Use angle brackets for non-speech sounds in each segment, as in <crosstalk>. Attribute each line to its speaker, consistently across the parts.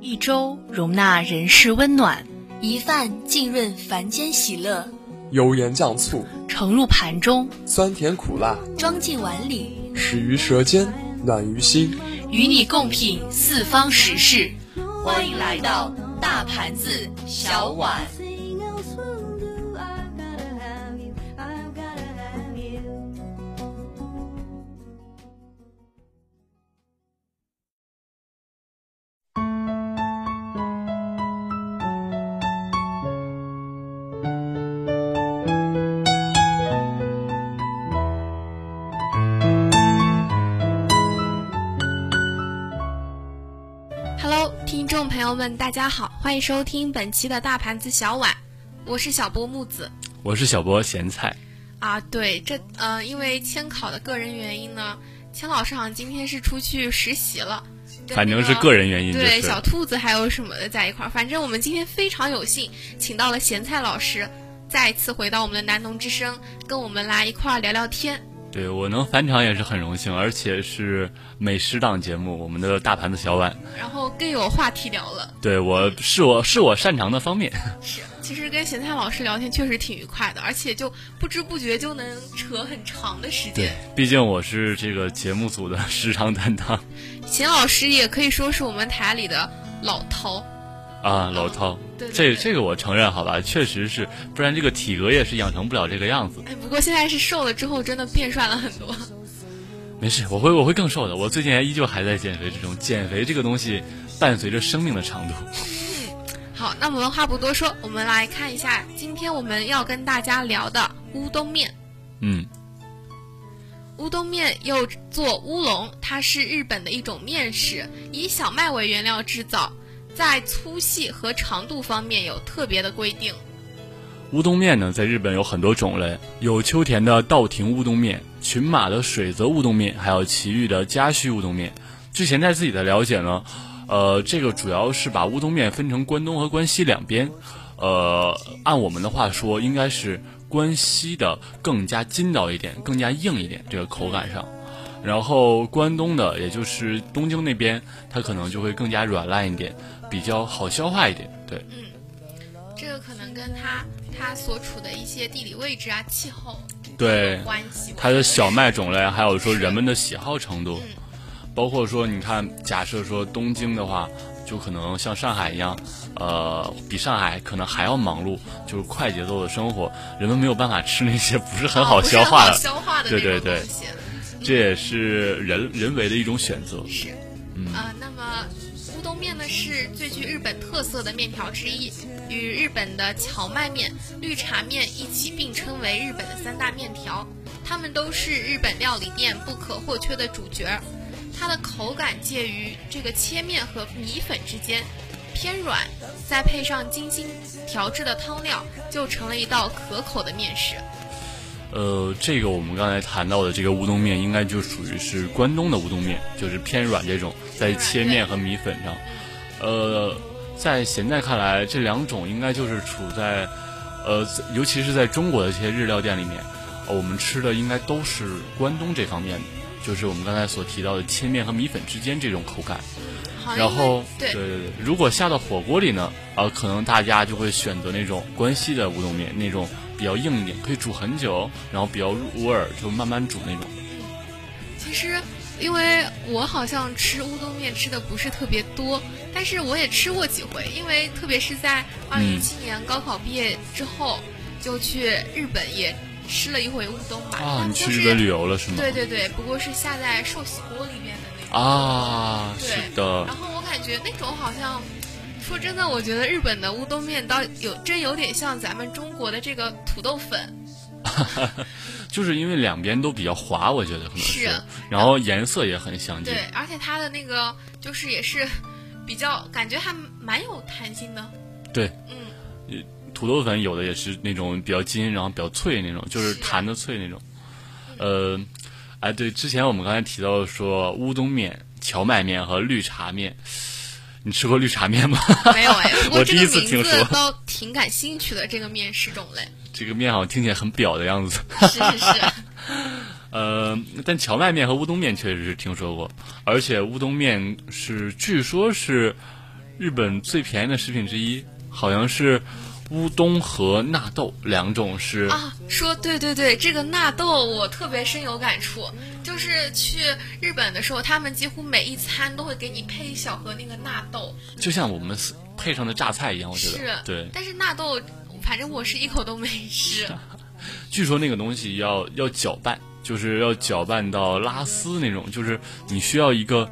Speaker 1: 一周容纳人世温暖，
Speaker 2: 一饭浸润凡间喜乐，
Speaker 3: 油盐酱醋，
Speaker 1: 盛入盘中，
Speaker 3: 酸甜苦辣，
Speaker 2: 装进碗里，
Speaker 3: 始于舌尖，暖于心。
Speaker 1: 与你共品四方时事。
Speaker 2: 欢迎来到大盘子小碗。
Speaker 4: Nothing else will do. I've gotta have you. I've gotta have you.
Speaker 5: ，Hello，听众朋友们，大家好，欢迎收听本期的大盘子小碗，我是小波木子
Speaker 6: 我是小博咸菜，
Speaker 5: 啊。对，这呃，因为千考的个人原因呢，千老师好像今天是出去实习了，跟
Speaker 6: 反正
Speaker 5: 那
Speaker 6: 是个。人原因就
Speaker 5: 对
Speaker 6: 是
Speaker 5: 小兔子还有什么的在一块儿，反正我们今天非常有幸请到了咸菜老师，再次回到我们的南农之声，跟我们来一块儿聊聊天。
Speaker 6: 对我能返场也是很荣幸，而且是美食档节目，我们的大盘子小碗，
Speaker 5: 然后更有话题聊了。
Speaker 6: 对我是我是我擅长的方面，
Speaker 5: 其实跟咸菜老师聊天确实挺愉快的，而且就不知不觉就能扯很长的时间。
Speaker 6: <laughs> 毕竟我是这个节目组的时长担当
Speaker 5: 咸老师也可以说是我们台里的老头，
Speaker 6: 啊，老涛。
Speaker 5: 哦对对对
Speaker 6: 这这个我承认，好吧，确实是，不然这个体格也是养成不了这个样子。
Speaker 5: 哎，不过现在是瘦了之后，真的变帅了很多。
Speaker 6: 没事，我会我会更瘦的。我最近还依旧还在减肥之中，减肥这个东西伴随着生命的长度。
Speaker 5: 好，那我们话不多说，我们来看一下今天我们要跟大家聊的乌冬面。
Speaker 6: 嗯，
Speaker 5: 乌冬面又做乌龙，它是日本的一种面食，以小麦为原料制造，在粗细和长度方面有特别的规定。
Speaker 6: 乌冬面呢，在日本有很多种类，有秋田的稻庭乌冬面、群马的水泽乌冬面，还有埼玉的加须乌冬面。据现在自己的了解呢，呃，这个主要是把乌冬面分成关东和关西两边，呃，按我们的话说，应该是关西的更加筋道一点，更加硬一点，这个口感上。然后关东的，也就是东京那边，它可能就会更加软烂一点，比较好消化一点。对，
Speaker 5: 这个可能跟它它所处的一些地理位置啊、气候
Speaker 6: 对
Speaker 5: 有关系。
Speaker 6: 哎它的小麦种类，还有说人们的喜好程度，包括说你看，假设说东京的话，就可能像上海一样，呃，比上海可能还要忙碌，就是快节奏的生活，人们没有办法吃那些哦不是很好消化
Speaker 5: 啊
Speaker 6: 的，
Speaker 5: 不是很好消化的
Speaker 6: 对对
Speaker 5: 那种
Speaker 6: 对
Speaker 5: 东西。
Speaker 6: 这也是人人为的一种选择。
Speaker 5: 是，
Speaker 6: 嗯
Speaker 5: 啊、那么乌冬面呢是最具日本特色的面条之一，与日本的荞麦面、绿茶面一起并称为日本的三大面条，它们都是日本料理店不可或缺的主角儿。它的口感介于这个切面和米粉之间，偏软，再配上精心调制的汤料，就成了一道可口的面食。
Speaker 6: 呃，这个我们刚才谈到的这个乌冬面，应该就属于是关东的乌冬面，就是偏软这种，在切面和米粉上。呃，在现在看来，这两种应该就是处在，呃，尤其是在中国的这些日料店里面，呃我们吃的应该都是关东这方面的，就是我们刚才所提到的切面和米粉之间这种口感。
Speaker 5: 好，
Speaker 6: 然
Speaker 5: 啊因为
Speaker 6: 后，
Speaker 5: 对
Speaker 6: 对对，如果下到火锅里呢，呃，可能大家就会选择那种关西的乌冬面，那种比较硬一点，可以煮很久，然后比较入味儿，就慢慢煮那种。
Speaker 5: 其实，因为我好像吃乌冬面吃的不是特别多，但是我也吃过几回，因为特别是在二零一
Speaker 6: 嗯
Speaker 5: 七年高考毕业之后，就去日本也吃了一回乌冬嘛。
Speaker 6: 啊，
Speaker 5: 但
Speaker 6: 你去
Speaker 5: 就是
Speaker 6: 日本旅游了是吗？
Speaker 5: 对对对，不过是下在寿喜锅里面的那种。
Speaker 6: 啊，
Speaker 5: 对
Speaker 6: 是的
Speaker 5: 然，后我感觉那种好像，说真的，我觉得日本的乌冬面倒有真有点像咱们中国的这个土豆粉。
Speaker 6: 就是因为两边都比较滑，我觉得可能是，
Speaker 5: 是啊
Speaker 6: 然后颜色也很相近
Speaker 5: 对。，而且它的那个就是也是比较感觉还蛮有弹性的。
Speaker 6: 对，
Speaker 5: 嗯，
Speaker 6: 土豆粉有的也是那种比较筋，然后比较脆那种，就是
Speaker 5: 是
Speaker 6: 弹的脆那种。呃，哎，对，之前我们刚才提到说乌冬面、荞麦面和绿茶面，你吃过绿茶面吗？ <laughs>
Speaker 5: <laughs> 没有哎，不过
Speaker 6: 我
Speaker 5: 这
Speaker 6: 第一
Speaker 5: 个
Speaker 6: 次
Speaker 5: 名
Speaker 6: 听
Speaker 5: 字
Speaker 6: 说
Speaker 5: 倒挺感兴趣的。这个面食种
Speaker 6: <laughs>
Speaker 5: 类
Speaker 6: 这个面好像听起来很表的样子。
Speaker 5: 是是是，
Speaker 6: 呃，但荞麦面和乌冬面确实是听说过，而且乌冬面是据说是日本最便宜的食品之一，好像是乌冬和纳豆两种是。
Speaker 5: 啊，说对对对，这个纳豆我特别深有感触。就是去日本的时候，他们几乎每一餐都会给你配一小盒那个纳豆，
Speaker 6: 就像我们配上的榨菜一样，我觉
Speaker 5: 是
Speaker 6: 得，对。
Speaker 5: 但是纳豆，反正我是一口都没吃。
Speaker 6: 啊据说那个东西要要搅拌，就是要搅拌到拉丝那种，就是你需要一个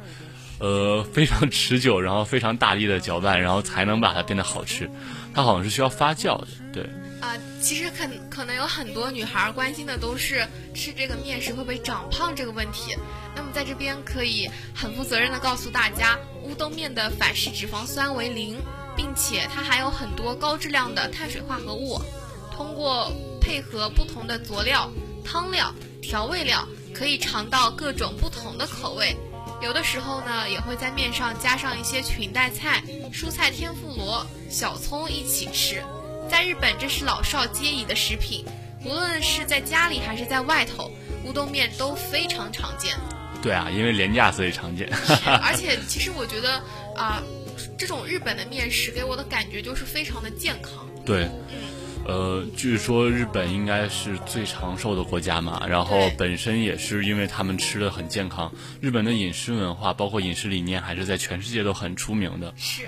Speaker 6: 呃非常持久，然后非常大力的搅拌，然后才能把它变得好吃。它好像是需要发酵的，对。
Speaker 5: 啊、其实可可能有很多女孩儿关心的都是吃这个面食会不会长胖这个问题。那么在这边可以很负责任的告诉大家，乌冬面的反式脂肪酸为零，并且它含有很多高质量的碳水化合物。通过配合不同的佐料、汤料、调味料，可以尝到各种不同的口味。有的时候呢，也会在面上加上一些裙带菜、蔬菜天妇罗、小葱一起吃。在日本，这是老少皆宜的食品，无论是在家里还是在外头，乌冬面都非常常见。
Speaker 6: 对啊，因为廉价所以常见。 <laughs>
Speaker 5: 而且，其实我觉得啊、这种日本的面食给我的感觉就是非常的健康。
Speaker 6: 对，呃，据说日本应该是最长寿的国家嘛，然后
Speaker 5: 对
Speaker 6: 本身也是因为他们吃的很健康，日本的饮食文化包括饮食理念还是在全世界都很出名的。
Speaker 5: 是，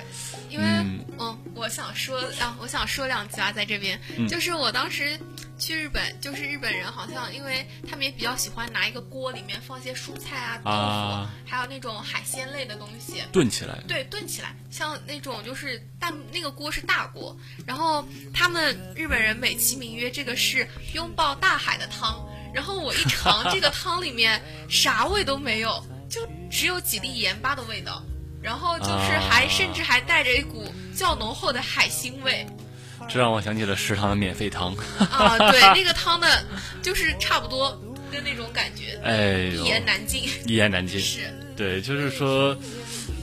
Speaker 5: 因为嗯
Speaker 6: 嗯
Speaker 5: 我想说啊，我想说两句啊，在这边、
Speaker 6: 嗯
Speaker 5: 就是我当时去日本，就是日本人好像因为他们也比较喜欢拿一个锅里面放一些蔬菜啊、豆腐，
Speaker 6: 啊
Speaker 5: 还有那种海鲜类的东西。
Speaker 6: 炖起来，
Speaker 5: 对，炖起来，像那种就是大那个锅是大锅，然后他们日本人美其名曰这个是拥抱大海的汤，然后我一尝这个汤里面啥味都没有，就只有几粒盐巴的味道，然后就是还、
Speaker 6: 啊
Speaker 5: 甚至还带着一股较浓厚的海腥味
Speaker 6: 这让我想起了食堂的免费汤。
Speaker 5: 啊，对，那个汤的就是差不多的那种感觉，
Speaker 6: 哎
Speaker 5: 一
Speaker 6: 呦，
Speaker 5: 言难尽，
Speaker 6: 一言难尽。
Speaker 5: 是，
Speaker 6: 对，就是说，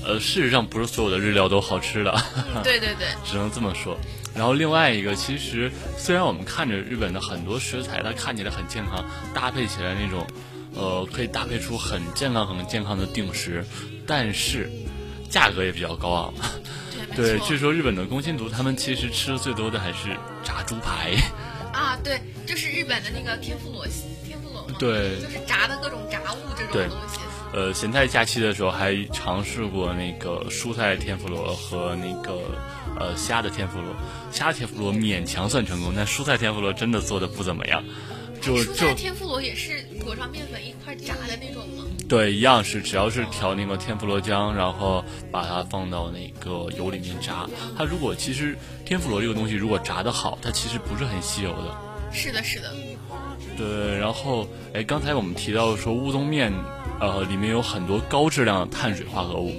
Speaker 6: 呃，事实上不是所有的日料都好吃的， <laughs>
Speaker 5: 嗯，对对对，
Speaker 6: 只能这么说。然后另外一个，其实虽然我们看着日本的很多食材，它看起来很健康，搭配起来那种，呃，可以搭配出很健康、很健康的定食，但是价格也比较高昂。
Speaker 5: 对，
Speaker 6: <laughs> 对
Speaker 5: 没，错。
Speaker 6: 据说日本的工薪族他们其实吃的最多的还是炸猪排。
Speaker 5: 啊，对，就是日本的那个天妇罗，天妇罗嘛，
Speaker 6: 对
Speaker 5: 就是炸的各种炸物这种
Speaker 6: 对
Speaker 5: 东西。
Speaker 6: 呃，咸菜假期的时候还尝试过那个蔬菜天妇罗和那个呃虾的天妇罗，虾天妇罗勉强算成功，但蔬菜天妇罗真的做的不怎么样。就
Speaker 5: 蔬
Speaker 6: 就
Speaker 5: 菜天妇罗也是裹上面粉一块炸的那种吗？
Speaker 6: 对，一样是，只要是调那个天妇罗浆，然后把它放到那个油里面炸。它如果其实天妇罗这个东西如果炸得好，它其实不是很吸油的。
Speaker 5: 是的，是的，
Speaker 6: 对，然后哎，刚才我们提到说乌冬面，呃，里面有很多高质量的碳水化合物。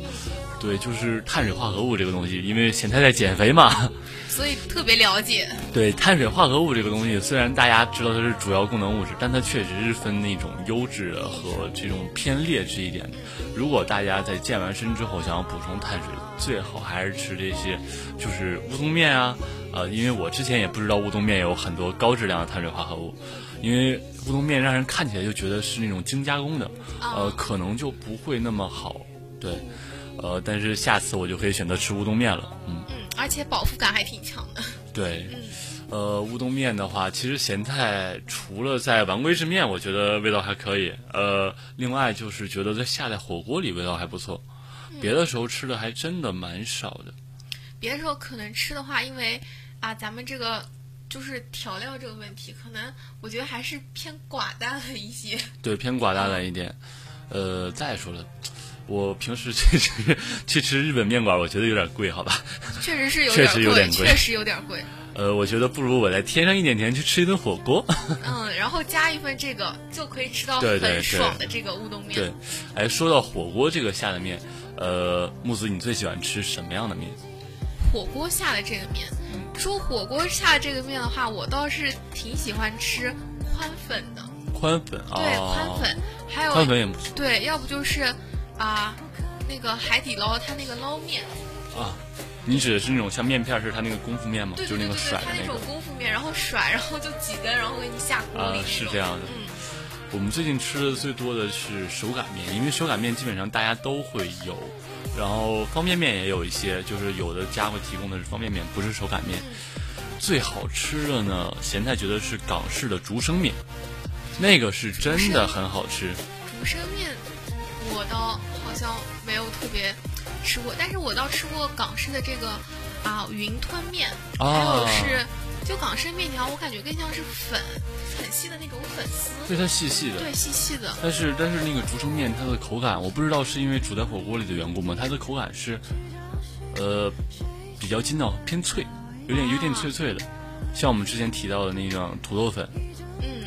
Speaker 6: 对，就是碳水化合物这个东西，因为咸菜在减肥嘛。
Speaker 5: 所以特别了解。
Speaker 6: 对，碳水化合物这个东西，虽然大家知道它是主要功能物质，但它确实是分那种优质的和这种偏劣质一点的。如果大家在健完身之后想要补充碳水，最好还是吃这些，就是乌冬面啊，呃，因为我之前也不知道乌冬面有很多高质量的碳水化合物，因为乌冬面让人看起来就觉得是那种精加工的，呃，可能就不会那么好，对，呃，但是下次我就可以选择吃乌冬面了，嗯。
Speaker 5: 嗯，而且饱腹感还挺强的。
Speaker 6: 对，
Speaker 5: 嗯
Speaker 6: 呃，乌冬面的话，其实咸菜除了在丸龟之面，我觉得味道还可以。呃，另外就是觉得在下在火锅里味道还不错，
Speaker 5: 嗯
Speaker 6: 别的时候吃的还真的蛮少的。
Speaker 5: 别的时候可能吃的话，因为啊，咱们这个就是调料这个问题，可能我觉得还是偏寡淡了一些。
Speaker 6: 对，偏寡淡了一点。呃，再说了，我平时去吃去吃日本面馆，我觉得有点贵，好吧？
Speaker 5: 确实是有
Speaker 6: 确
Speaker 5: 点
Speaker 6: 实有点贵
Speaker 5: 确实有点贵。
Speaker 6: 呃，我觉得不如我再添上一点钱去吃一顿火
Speaker 5: <laughs>
Speaker 6: 锅。
Speaker 5: 嗯，然后加一份这个，就可以吃到
Speaker 6: 对对
Speaker 5: 很
Speaker 6: 对
Speaker 5: 爽的这个乌冬面。
Speaker 6: 对，哎，说到火锅这个下的面，呃，木子你最喜欢吃什么样的面？
Speaker 5: 火锅下的这个面。说火锅下这个面的话，我倒是挺喜欢吃宽粉的，
Speaker 6: 宽粉啊，
Speaker 5: 对，宽粉，还有
Speaker 6: 宽粉也不错
Speaker 5: 对，要不就是啊、那个海底捞它那个捞面，
Speaker 6: 啊，你指的是那种像面片儿似的，它那个功夫面吗？
Speaker 5: 对
Speaker 6: 就
Speaker 5: 对
Speaker 6: 是
Speaker 5: 对对
Speaker 6: 那个
Speaker 5: 对
Speaker 6: 甩，的
Speaker 5: 它那
Speaker 6: 那
Speaker 5: 种
Speaker 6: 个。
Speaker 5: 功夫面，然后甩，然后就几根，然后给你下锅里那
Speaker 6: 啊
Speaker 5: 种、
Speaker 6: 是这样的
Speaker 5: 嗯，
Speaker 6: 我们最近吃的最多的是手擀面，因为手擀面基本上大家都会有，然后方便面也有一些，就是有的家会提供的是方便面，不是手擀面。
Speaker 5: 嗯
Speaker 6: 最好吃的呢，咸菜觉得是港式的竹升面，那个是真的很好吃。
Speaker 5: 竹升面，我倒好像没有特别吃过，但是我倒吃过港式的这个啊云吞面，
Speaker 6: 啊
Speaker 5: 还有是就港式面条，我感觉更像是粉，很细的那种粉丝，
Speaker 6: 对，它细细的。
Speaker 5: 对，细细的，
Speaker 6: 但是但是那个竹升面它的口感，我不知道是因为煮在火锅里的缘故吗？它的口感是，呃，比较筋道，偏脆，有点有点脆脆的，像我们之前提到的那种土豆粉，
Speaker 5: 嗯，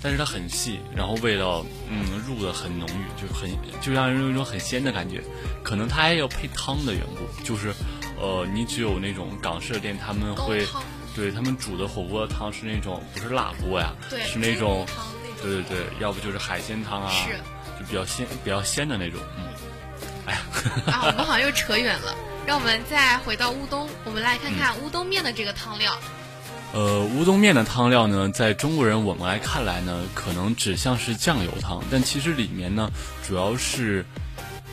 Speaker 6: 但是它很细，然后味道嗯入的很浓郁，就很就让人有一种很鲜的感觉。可能它还要配汤的缘故，就是呃，你只有那种港式的店他们会
Speaker 5: 高汤。
Speaker 6: 对他们煮的火锅汤是那种不是辣锅呀，
Speaker 5: 对，
Speaker 6: 是那种
Speaker 5: 猪骨汤那种
Speaker 6: 对对对，要不就是海鲜汤啊，
Speaker 5: 是
Speaker 6: 就比较鲜比较鲜的那种。嗯，哎呀，
Speaker 5: 啊，我们好像又扯远了。让我们再回到乌冬，我们来看看
Speaker 6: 嗯
Speaker 5: 乌冬面的这个汤料。
Speaker 6: 呃，乌冬面的汤料呢，在中国人我们来看来呢，可能只像是酱油汤，但其实里面呢，主要是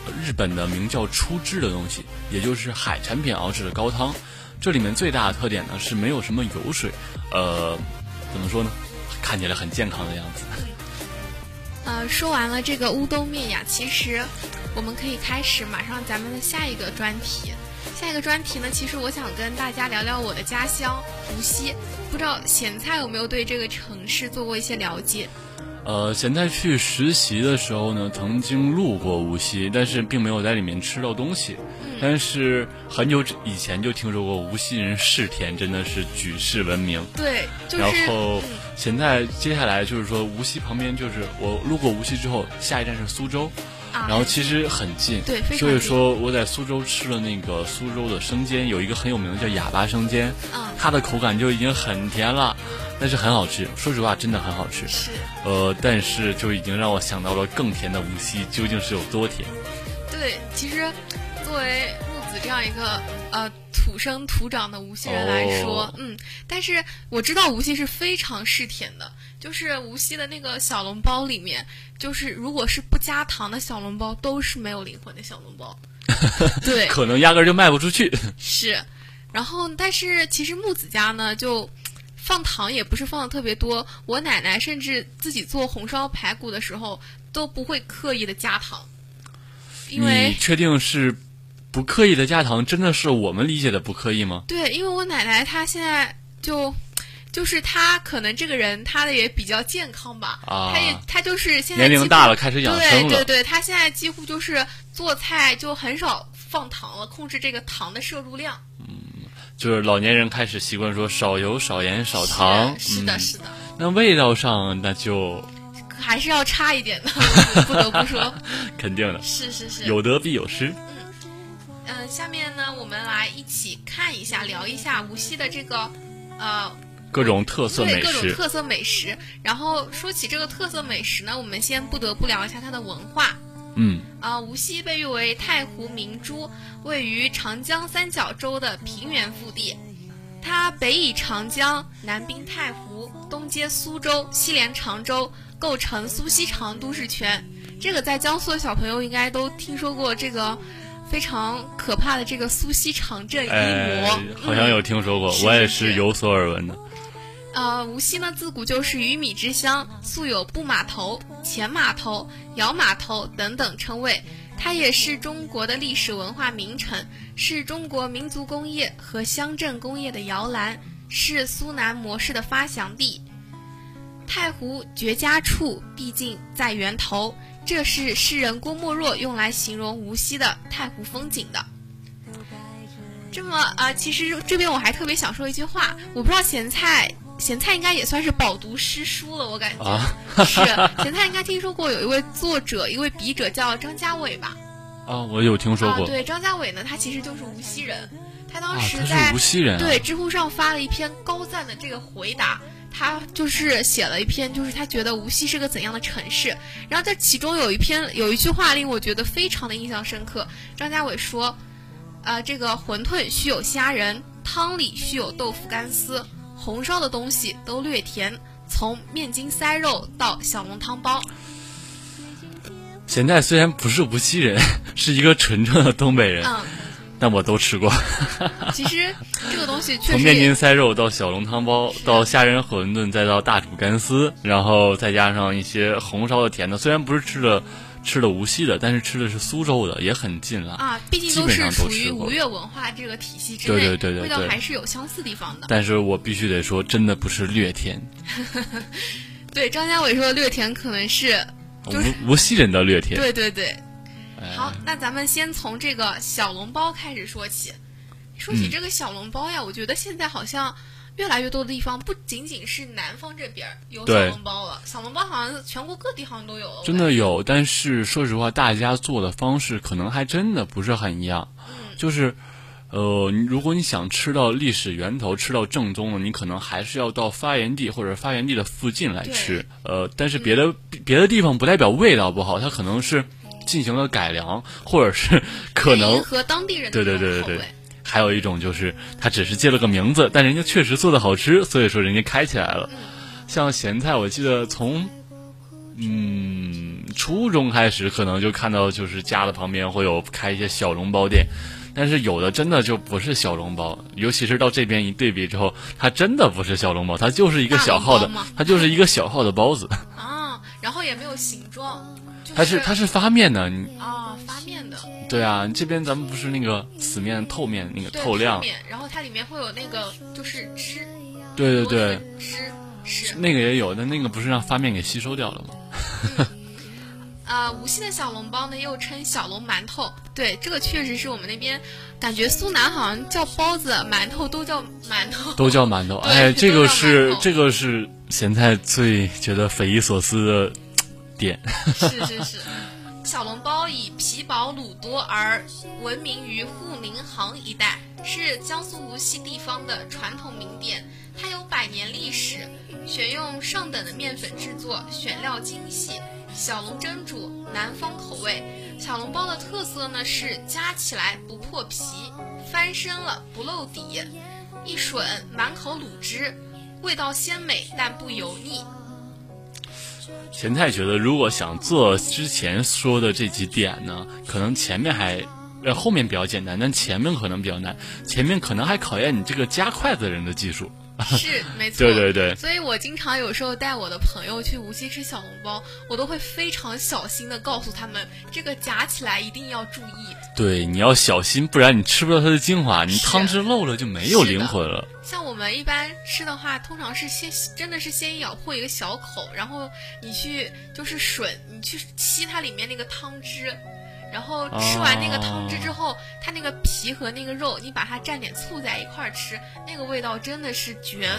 Speaker 6: 呃日本的名叫出汁的东西，也就是海产品熬制的高汤。这里面最大的特点呢是没有什么油水，呃，怎么说呢？看起来很健康的样子。
Speaker 5: 呃，说完了这个乌冬面呀，其实我们可以开始马上咱们的下一个专题。下一个专题呢，其实我想跟大家聊聊我的家乡无锡。不知道咸菜有没有对这个城市做过一些了解？
Speaker 6: 呃，咸菜去实习的时候呢，曾经路过无锡，但是并没有在里面吃到东西。但是很久以前就听说过无锡人嗜甜，真的是举世闻名。
Speaker 5: 对，就
Speaker 6: 然
Speaker 5: 是
Speaker 6: 后
Speaker 5: 嗯
Speaker 6: 咸菜接下来就是说，无锡旁边就是我路过无锡之后，下一站是苏州，
Speaker 5: 啊
Speaker 6: 然后其实很近，
Speaker 5: 对非常
Speaker 6: 所以说我在苏州吃了那个苏州的生煎，有一个很有名的叫哑巴生煎，
Speaker 5: 嗯
Speaker 6: 它的口感就已经很甜了，但是很好吃，说实话真的很好吃。
Speaker 5: 是
Speaker 6: 呃，但是就已经让我想到了更甜的无锡究竟是有多甜。
Speaker 5: 对，其实作为木子这样一个呃土生土长的无锡人来说，
Speaker 6: 哦
Speaker 5: 嗯，但是我知道无锡是非常嗜甜的，就是无锡的那个小笼包里面，就是如果是不加糖的小笼包，都是没有灵魂的小笼
Speaker 6: <laughs>
Speaker 5: 包。对，
Speaker 6: 可能压根儿就卖不出去。
Speaker 5: 是，然后但是其实木子家呢就。放糖也不是放的特别多，我奶奶甚至自己做红烧排骨的时候都不会刻意的加糖，因为
Speaker 6: 你确定是不刻意的加糖，真的是我们理解的不刻意吗？
Speaker 5: 对，因为我奶奶她现在就，就是她可能这个人她的也比较健康吧，
Speaker 6: 啊
Speaker 5: 她也她就是现在
Speaker 6: 年
Speaker 5: 几
Speaker 6: 龄
Speaker 5: 乎
Speaker 6: 大了，开始养生
Speaker 5: 对
Speaker 6: 了。
Speaker 5: 对对，她现在几乎就是做菜就很少放糖了，控制这个糖的摄入量。
Speaker 6: 就是老年人开始习惯说少油、少盐、少糖。
Speaker 5: 是的，
Speaker 6: 嗯
Speaker 5: 是的，
Speaker 6: 那味道上那就
Speaker 5: 还是要差一点的，
Speaker 6: <laughs>
Speaker 5: 我不得不说，
Speaker 6: 肯定的，
Speaker 5: 是是是。
Speaker 6: 有得必有失。
Speaker 5: 嗯，下面呢，我们来一起看一下，聊一下无锡的这个，呃，
Speaker 6: 各种特色
Speaker 5: 对
Speaker 6: 美
Speaker 5: 各种
Speaker 6: 食，
Speaker 5: 特色美食。然后说起这个特色美食呢，我们先不得不聊一下它的文化。
Speaker 6: 嗯，
Speaker 5: 啊、无锡被誉为太湖明珠，位于长江三角洲的平原腹地。它北倚长江，南濒太湖，东接苏州，西连常州，构成苏锡常都市圈。这个在江苏的小朋友应该都听说过这个非常可怕的这个苏锡常镇一
Speaker 6: 哎
Speaker 5: 魔，，
Speaker 6: 好像有听说过，
Speaker 5: 嗯是
Speaker 6: 我
Speaker 5: 是
Speaker 6: 也是
Speaker 5: 是
Speaker 6: 有所耳闻的。
Speaker 5: 呃，无锡呢自古就是鱼米之乡，素有布码头、钱码头、姚码头等等称谓。它也是中国的历史文化名城，是中国民族工业和乡镇工业的摇篮，是苏南模式的发祥地。太湖绝佳处，毕竟在源头，这是诗人郭沫若用来形容无锡的太湖风景的。这么啊、呃其实这边我还特别想说一句话，我不知道咸菜，咸菜应该也算是饱读诗书了，我感觉、
Speaker 6: 啊
Speaker 5: 是咸菜应该听说过有一位作者，一位笔者叫张家伟吧？
Speaker 6: 啊，我有听说
Speaker 5: 啊，
Speaker 6: 过。
Speaker 5: 对，张家伟呢，他其实就是无锡人，他
Speaker 6: 啊
Speaker 5: 当时
Speaker 6: 他
Speaker 5: 在、
Speaker 6: 是无锡人啊。
Speaker 5: 对，知乎上发了一篇高赞的这个回答，他就是写了一篇，就是他觉得无锡是个怎样的城市。然后这其中有一篇有一句话令我觉得非常的印象深刻，张家伟说：“呃，这个馄饨须有虾仁，汤里须有豆腐干丝，红烧的东西都略甜，从面筋塞肉到小笼汤包，
Speaker 6: 咸菜虽然不是无锡人， <laughs> 是一个纯正的东北人，
Speaker 5: 嗯，
Speaker 6: 但我都吃过。
Speaker 5: 其实这个东西确
Speaker 6: 从
Speaker 5: 实
Speaker 6: 面
Speaker 5: 也
Speaker 6: 筋塞肉到小笼汤包，到虾仁馄饨，再到大煮干丝，然后再加上一些红烧的、甜的。虽然不是吃的吃的无锡的，但是吃的是苏州的，也很近了。
Speaker 5: 啊，毕竟
Speaker 6: 基
Speaker 5: 都
Speaker 6: 本
Speaker 5: 是
Speaker 6: 上都
Speaker 5: 属
Speaker 6: 吃
Speaker 5: 于
Speaker 6: 过
Speaker 5: 吴越文化这个体系之内，
Speaker 6: 对对对对
Speaker 5: 味道
Speaker 6: 对
Speaker 5: 还是有相似地方的。
Speaker 6: 但是我必须得说，真的不是略甜，
Speaker 5: 对，张家伟说的略甜可能是，就是
Speaker 6: 无无锡人的略甜。
Speaker 5: 对对对。
Speaker 6: 哎
Speaker 5: 好，那咱们先从这个小笼包开始说起。说起
Speaker 6: 嗯
Speaker 5: 这个小笼包呀，我觉得现在好像越来越多的地方，不仅仅是南方这边儿有小
Speaker 6: 对
Speaker 5: 笼包了，小笼包好像全国各地好像都有 <laughs> 了。
Speaker 6: 真的有，但是说实话，大家做的方式可能还真的不是很一样。就是，呃，你如果你想吃到历史源头、吃到正宗的，你可能还是要到发源地或者发源地的附近来吃。呃，但是别的、别的地方不代表味道不好，它可能是进行了改良，或者是可能
Speaker 5: 和当地人的
Speaker 6: 对对
Speaker 5: 那种
Speaker 6: 对
Speaker 5: 口
Speaker 6: 对
Speaker 5: 味
Speaker 6: 对。还有一种就是，它只是借了个名字，但人家确实做的好吃，所以说人家开起来
Speaker 5: 嗯
Speaker 6: 了。像咸菜，我记得从嗯初中开始，可能就看到就是家的旁边会有开一些小笼包店，但是有的真的就不是小笼包，尤其是到这边一对比之后，它真的不是小笼包，它就是一个小号
Speaker 5: 大
Speaker 6: 的
Speaker 5: 笼包吗，
Speaker 6: 它就是一个小号的
Speaker 5: <laughs>
Speaker 6: 包子，
Speaker 5: 啊，然后也没有形状，就
Speaker 6: 它是它是发面的，你
Speaker 5: 啊发面的，
Speaker 6: 对啊，这边咱们不是那个死面透面那个
Speaker 5: 对
Speaker 6: 透亮，
Speaker 5: 面，然后它里面会有那个就是汁，
Speaker 6: 对对对。
Speaker 5: 汁是
Speaker 6: 那个也有，但那个不是让发面给吸收掉了吗？
Speaker 5: 啊，无锡的小笼包呢，又称小笼馒头。对，这个确实是我们那边感觉苏南好像叫包子、馒头都叫馒头。
Speaker 6: 都叫馒头，
Speaker 5: 对都
Speaker 6: 哎，
Speaker 5: 叫
Speaker 6: 这个是
Speaker 5: 馒头
Speaker 6: 这个是咸菜最觉得匪夷所思的点。
Speaker 5: <laughs> 是是是，小笼包以皮薄卤多而闻名于沪宁杭一带，是江苏无锡地方的传统名店，它有百年历史，选用上等的面粉制作，选料精细，小笼蒸煮，南方口味。小笼包的特色呢是夹起来不破皮，翻身了不露底，一吮满口卤汁，味道鲜美但不油腻。
Speaker 6: 咸菜觉得，如果想做之前说的这几点呢，可能前面还呃后面比较简单，但前面可能比较难，前面可能还考验你这个夹筷子人的技术。
Speaker 5: 是没错，
Speaker 6: 对对 <laughs> 对
Speaker 5: 所以我经常有时候带我的朋友去无锡吃小笼包，我都会非常小心的告诉他们，这个夹起来一定要注意。
Speaker 6: 对，你要小心，不然你吃不到它的精华，你
Speaker 5: 是
Speaker 6: 汤汁漏了就没有
Speaker 5: 是的
Speaker 6: 灵魂了。
Speaker 5: 像我们一般吃的话，通常是先真的是先咬破一个小口，然后你去就是吮，你去吸它里面那个汤汁，然后吃完那个汤汁之后，它那个皮和那个肉，你把它蘸点醋在一块儿吃，那个味道真的是绝，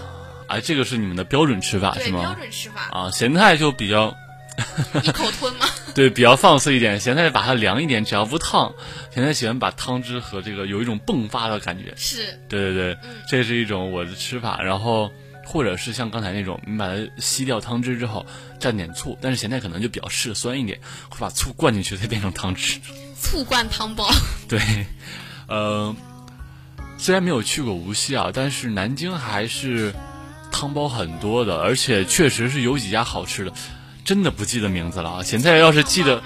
Speaker 6: 哎，这个是你们的标准吃法
Speaker 5: 对
Speaker 6: 啊是
Speaker 5: 标
Speaker 6: 吗？
Speaker 5: 准吃法，
Speaker 6: 啊，咸菜就比较
Speaker 5: 一口吞嘛。
Speaker 6: 对，比较放肆一点，咸菜把它凉一点，只要不烫。咸菜喜欢把汤汁和这个有一种迸发的感觉。
Speaker 5: 是，
Speaker 6: 对对对
Speaker 5: 嗯，
Speaker 6: 这是一种我的吃法。然后或者是像刚才那种，你把它吸掉汤汁之后蘸点醋，但是咸菜可能就比较嗜酸一点，会把醋灌进去再变成汤汁。 <laughs>
Speaker 5: 醋灌汤包。
Speaker 6: 对，呃，虽然没有去过无锡啊，但是南京还是汤包很多的，而且确实是有几家好吃的，真的不记得名字了啊。咸菜要是记得。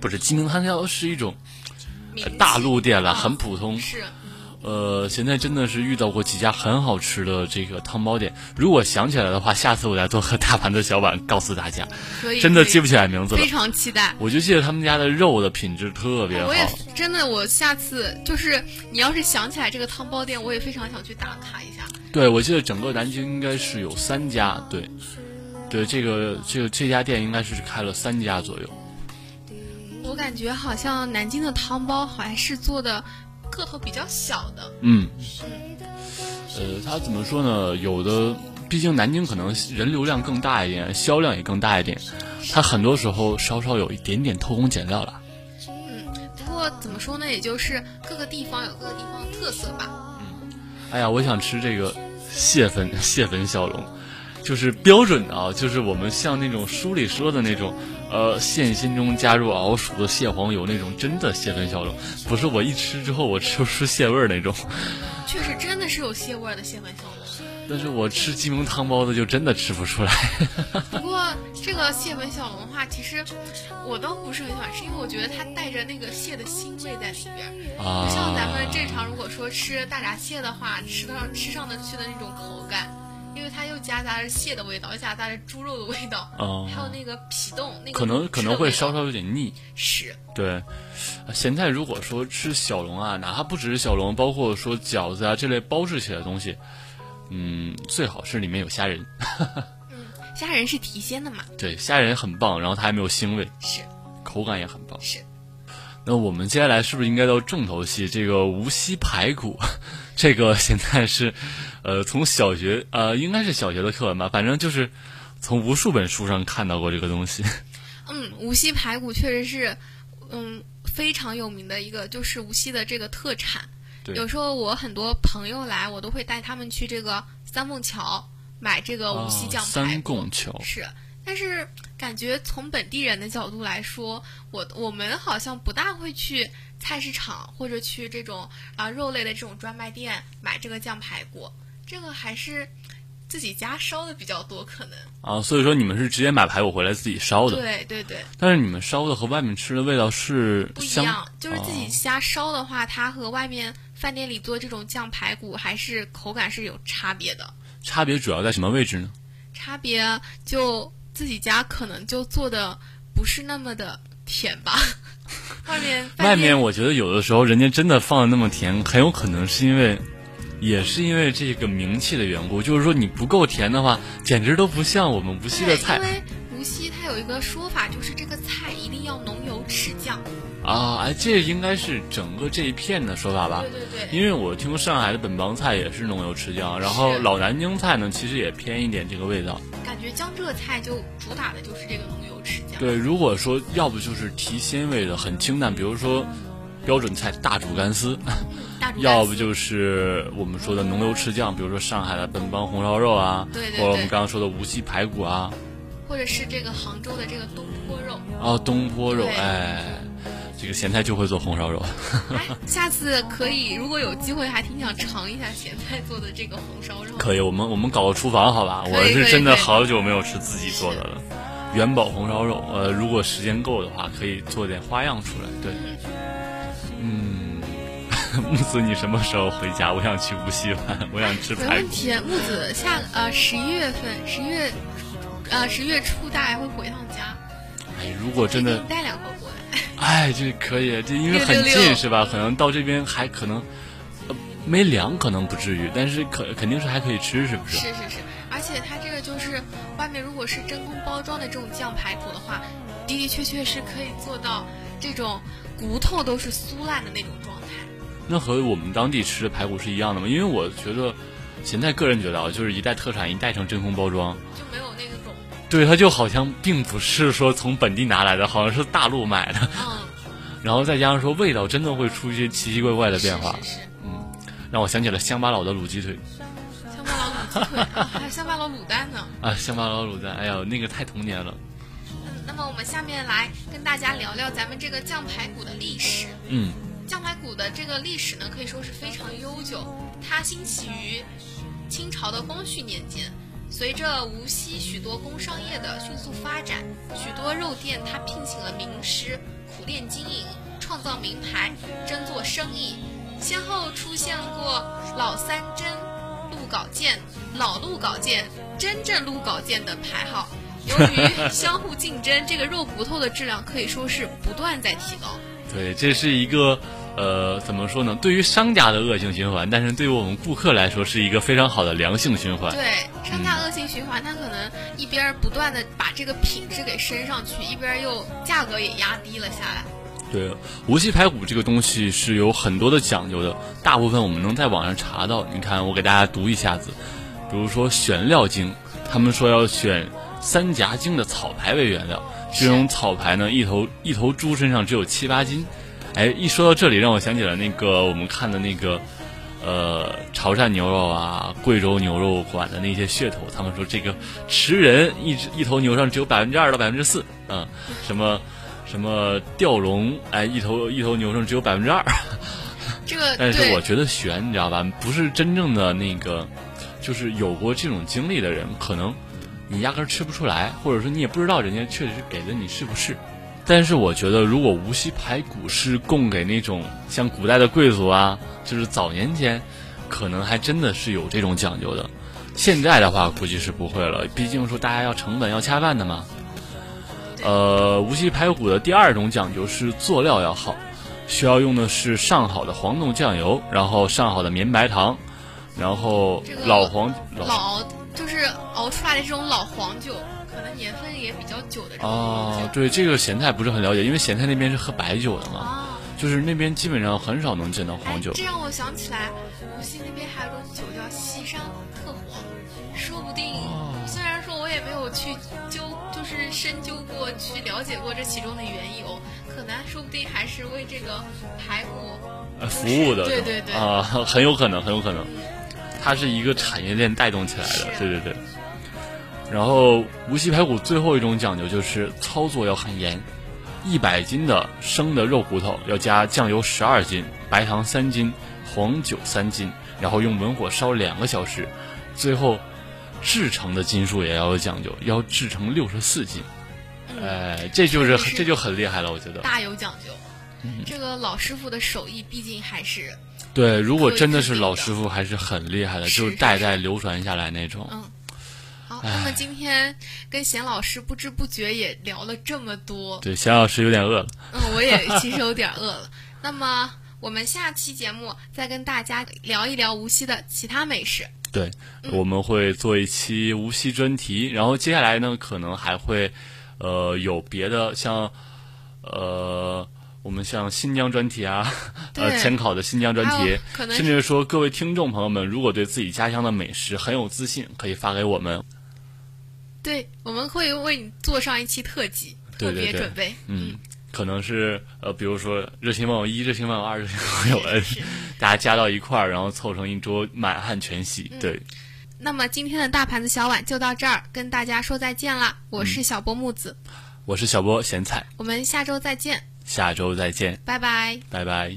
Speaker 6: 不是鸡鸣汤包是一种呃
Speaker 5: 名气
Speaker 6: 大陆店了，
Speaker 5: 啊
Speaker 6: 很普通。
Speaker 5: 是
Speaker 6: 呃，现在真的是遇到过几家很好吃的这个汤包店，如果想起来的话，下次我再做个大盘子小碗告诉大家。
Speaker 5: 可以
Speaker 6: 真的
Speaker 5: 可以
Speaker 6: 记不起来名字了
Speaker 5: 非，常期待。
Speaker 6: 我就记得他们家的肉的品质特别
Speaker 5: 我也
Speaker 6: 好。
Speaker 5: 真的，我下次就是你要是想起来这个汤包店，我也非常想去打卡一下。
Speaker 6: 对，我记得整个南京应该是有三家，对，对，这个这个这家店应该是开了三家左右。
Speaker 5: 我感觉好像南京的汤包还是做的个头比较小的，
Speaker 6: 嗯，呃，它怎么说呢？有的，毕竟南京可能人流量更大一点，销量也更大一点，它很多时候稍稍有一点点偷工减料了。
Speaker 5: 不过怎么说呢，也就是各个地方有各个地方的特色吧。
Speaker 6: <laughs> 哎呀，我想吃这个蟹粉蟹粉小笼，就是标准的啊，就是我们像那种书里说的那种，呃，馅心中加入熬熟的蟹黄油那种真的蟹粉小笼，不是我一吃之后我吃不出蟹味儿那种。
Speaker 5: 确实真的是有蟹味儿的蟹粉小笼。
Speaker 6: 但是我吃鸡鸣汤包子就真的吃不出来。
Speaker 5: 不过这个蟹粉小笼的话，其实我都不是很喜欢吃，因为我觉得它带着那个蟹的腥味在里边儿。
Speaker 6: 啊
Speaker 5: 不像咱们正常，如果说吃大闸蟹的话，吃得上吃上得去的那种口感，因为它又夹杂着蟹的味道，又夹杂着猪肉的味道，
Speaker 6: 哦
Speaker 5: 还有那个皮冻，那个
Speaker 6: 可能可能会稍
Speaker 5: 吃的味道
Speaker 6: 稍有点腻。
Speaker 5: 是
Speaker 6: 对，咸菜如果说吃小笼啊，哪怕不只是小笼，包括说饺子啊这类包制起来的东西，嗯，最好是里面有虾仁。
Speaker 5: 虾仁是提鲜的嘛，
Speaker 6: 对，虾仁很棒，然后它还没有腥味，
Speaker 5: 是
Speaker 6: 口感也很棒。
Speaker 5: 是。
Speaker 6: 那我们接下来是不是应该到重头戏？这个无锡排骨， <laughs> 这个现在是，呃，从小学呃，应该是小学的课文吧，反正就是从无数本书上看到过这个东西。
Speaker 5: 嗯，无锡排骨确实是，嗯，非常有名的一个，就是无锡的这个特产。
Speaker 6: 对
Speaker 5: 有时候我很多朋友来，我都会带他们去这个三凤桥买这个哦无锡酱
Speaker 6: 啊
Speaker 5: 排
Speaker 6: 三
Speaker 5: 骨。
Speaker 6: 拱桥，
Speaker 5: 是，但是感觉从本地人的角度来说，我我们好像不大会去菜市场或者去这种啊、肉类的这种专卖店买这个酱排骨，这个还是自己家烧的比较多，可能。
Speaker 6: 啊，所以说你们是直接买排骨回来自己烧的，
Speaker 5: 对对对。
Speaker 6: 但是你们烧的和外面吃的味道是
Speaker 5: 不一
Speaker 6: 相
Speaker 5: 样，就是自己
Speaker 6: 哦
Speaker 5: 家烧的话，它和外面饭店里做这种酱排骨还是口感是有差别的。
Speaker 6: 差别主要在什么位置呢？
Speaker 5: 差别就自己家可能就做的不是那么的甜吧， <laughs> 外面
Speaker 6: 外
Speaker 5: 饭店
Speaker 6: 面我觉得有的时候人家真的放的那么甜，很有可能是因为，也是因为这个名气的缘故。就是说你不够甜的话，简直都不像我们无锡的
Speaker 5: 对，
Speaker 6: 菜
Speaker 5: 因为无锡它有一个说法，就是这个菜一定要浓油赤酱。
Speaker 6: 啊！哎，这应该是整个这一片的说法吧
Speaker 5: 对。对对，
Speaker 6: 啊因为我听上海的本帮菜也是浓油赤酱，然后
Speaker 5: 是
Speaker 6: 老南京菜呢，其实也偏一点这个味道。
Speaker 5: 感觉江浙菜就主打的就是这个浓油赤酱。
Speaker 6: 对，如果说要不就是提鲜味的很清淡，比如说标准菜大煮干丝， <laughs>
Speaker 5: 大煮
Speaker 6: 要
Speaker 5: 干
Speaker 6: 不
Speaker 5: 丝
Speaker 6: 就是我们说的浓油赤酱，比如说上海的本帮红烧肉啊，
Speaker 5: 对对
Speaker 6: 或者我
Speaker 5: 对
Speaker 6: 们刚刚说的无锡排骨啊，
Speaker 5: 或者是这个杭州的这个东坡
Speaker 6: <laughs>
Speaker 5: 肉。
Speaker 6: 啊东坡肉，
Speaker 5: 对
Speaker 6: 哎，这个咸菜就会做红烧肉。
Speaker 5: 哎，下次可以，如果有机会，还挺想尝一下咸菜做的这个红烧肉。
Speaker 6: 可以，我们我们搞个厨房好吧？
Speaker 5: 可以
Speaker 6: 我是
Speaker 5: 可以
Speaker 6: 真的
Speaker 5: 可以
Speaker 6: 好久没有吃自己做的了。元宝红烧肉，呃，如果时间够的话，可以做点花样出来。对，嗯， <laughs> 木子，你什么时候回家？我想去无锡玩，我想吃
Speaker 5: 没
Speaker 6: 排
Speaker 5: 问
Speaker 6: 骨。
Speaker 5: 题，木子下呃十一月份，十月呃十月初大概会回趟家，
Speaker 6: 哎，如果真
Speaker 5: 可以给
Speaker 6: 的
Speaker 5: 你，带两个过来。
Speaker 6: 哎，这可以，这因为
Speaker 5: 六
Speaker 6: 很
Speaker 5: 六
Speaker 6: 近
Speaker 5: 六
Speaker 6: 是吧？可能到这边还可能，呃，没凉可能不至于，但是可肯定是还可以吃，是不是？
Speaker 5: 是是是，而且它这个就是外面如果是真空包装的这种酱排骨的话，的的确确是可以做到这种骨头都是酥烂的那种状态。
Speaker 6: 那和我们当地吃的排骨是一样的吗？因为我觉得，咸菜个人觉得啊，就是一代特产一带成真空包装，
Speaker 5: 就没有那种，
Speaker 6: 对它就好像并不是说从本地拿来的，好像是大陆买的，
Speaker 5: 嗯，
Speaker 6: 然后再加上说味道真的会出一些奇奇怪怪的变化
Speaker 5: 是，是是，
Speaker 6: 让我想起了乡巴佬的卤鸡腿
Speaker 5: 乡巴佬卤鸡腿，啊 <laughs> 还有乡巴佬卤蛋呢。
Speaker 6: 啊，乡巴佬卤蛋，哎呀，那个太童年了。
Speaker 5: 嗯，那么我们下面来跟大家聊聊咱们这个酱排骨的历史。
Speaker 6: 嗯，
Speaker 5: 酱排骨的这个历史呢，可以说是非常悠久，它兴起于清朝的光绪年间。随着无锡许多工商业的迅速发展，许多肉店它聘请了名师，苦练经营，创造名牌，争做生意。先后出现过老三珍、鹿稿件、老鹿稿件、真正鹿稿件等牌号。由于相互竞争，这个肉骨头的质量可以说是不断在提高。
Speaker 6: 对，这是一个呃，怎么说呢？对于商家的恶性循环，但是对于我们顾客来说是一个非常好的良性循环。
Speaker 5: 对，商家恶性循环，它可能一边儿不断的把这个品质给升上去，一边儿又价格也压低了下来。
Speaker 6: 对，无锡排骨这个东西是有很多的讲究的，大部分我们能在网上查到。你看，我给大家读一下子，比如说选料精，他们说要选三夹精的草牌为原料，这种草牌呢，一头一头猪身上只有七八斤。哎，一说到这里，让我想起了那个我们看的那个呃潮汕牛肉啊、贵州牛肉馆的那些噱头，他们说这个吃人一只一头牛上只有百分之二到百分之四，嗯，什么什么吊龙，哎，一头一头牛上只有百分之二，
Speaker 5: 这个
Speaker 6: <laughs> 但是
Speaker 5: 呃对
Speaker 6: 我觉得悬，你知道吧？不是真正的那个，就是有过这种经历的人，可能你压根儿吃不出来，或者说你也不知道人家确实给的你是不是。但是我觉得，如果无锡排骨是供给那种像古代的贵族啊，就是早年间，可能还真的是有这种讲究的。现在的话，估计是不会了，毕竟说大家要成本要恰饭的嘛。呃，无锡排骨的第二种讲究是做料要好，需要用的是上好的黄豆酱油，然后上好的绵白糖，然后
Speaker 5: 这个
Speaker 6: 老黄老
Speaker 5: 老就是熬出来的这种老黄酒，可能年份也比较久的这种
Speaker 6: 哦，
Speaker 5: 酒
Speaker 6: 对这个咸菜不是很了解，因为咸菜那边是喝白酒的嘛，
Speaker 5: 啊，
Speaker 6: 就是那边基本上很少能见到
Speaker 5: 哎
Speaker 6: 黄酒，
Speaker 5: 这让我想起来，无锡那边还有种酒叫西山特火，说不定、
Speaker 6: 哦
Speaker 5: 虽然说我也没有去究，就是深究过去了解过这其中的缘由，可能说不定还是为这个排骨
Speaker 6: 呃服务的
Speaker 5: 对
Speaker 6: 是吧
Speaker 5: 对对
Speaker 6: 啊， <laughs> 很有可能，很有可能，它是一个产业链带动起来
Speaker 5: 是
Speaker 6: 的，对对对。然后无锡排骨最后一种讲究就是操作要很严，一百斤的生的肉骨头要加酱油十二斤、白糖三斤、黄酒三斤，然后用文火烧两个小时，最后制成的斤数也要有讲究，要制成六十四斤。
Speaker 5: 嗯
Speaker 6: 哎，这就是
Speaker 5: 这个是
Speaker 6: 这就很厉害了，我觉得。
Speaker 5: 大有讲究。
Speaker 6: 嗯
Speaker 5: 这个老师傅的手艺毕竟还是
Speaker 6: 对，如果
Speaker 5: 可以
Speaker 6: 真的
Speaker 5: 肯
Speaker 6: 是
Speaker 5: 定
Speaker 6: 老
Speaker 5: 的
Speaker 6: 师傅，还是很厉害的，
Speaker 5: 是
Speaker 6: 就是代
Speaker 5: 是
Speaker 6: 代流传下来那种。
Speaker 5: 嗯好。那么今天跟贤老师不知不觉也聊了这么多，
Speaker 6: 对，小老师有点饿了，
Speaker 5: 嗯，我
Speaker 6: <laughs>
Speaker 5: 也其实有点饿了。那么我们下期节目再跟大家聊一聊无锡的其他美食。
Speaker 6: 对，
Speaker 5: 嗯
Speaker 6: 我们会做一期无锡专题，然后接下来呢，可能还会，呃，有别的像，呃，我们像新疆专题啊，呃，
Speaker 5: 对
Speaker 6: 前考的新疆专
Speaker 5: 还有
Speaker 6: 题，
Speaker 5: 可能
Speaker 6: 甚至说各位听众朋友们，如果对自己家乡的美食很有自信，可以发给我们。
Speaker 5: 对，我们会为你做上一期特辑，
Speaker 6: 对
Speaker 5: 特
Speaker 6: 对
Speaker 5: 别
Speaker 6: 对
Speaker 5: 准备。
Speaker 6: 嗯，可能是呃，比如说热情网友一、热情网友二、热情网友 N，
Speaker 5: 是
Speaker 6: <laughs> 大家加到一块儿，然后凑成一桌满汉全席。对，
Speaker 5: 那么今天的大盘子小碗就到这儿，跟大家说再见啦！我是小波木子，
Speaker 6: 我是小波咸菜，
Speaker 5: 我们下周再见，
Speaker 6: 下周再见，
Speaker 5: 拜拜。
Speaker 6: 拜拜。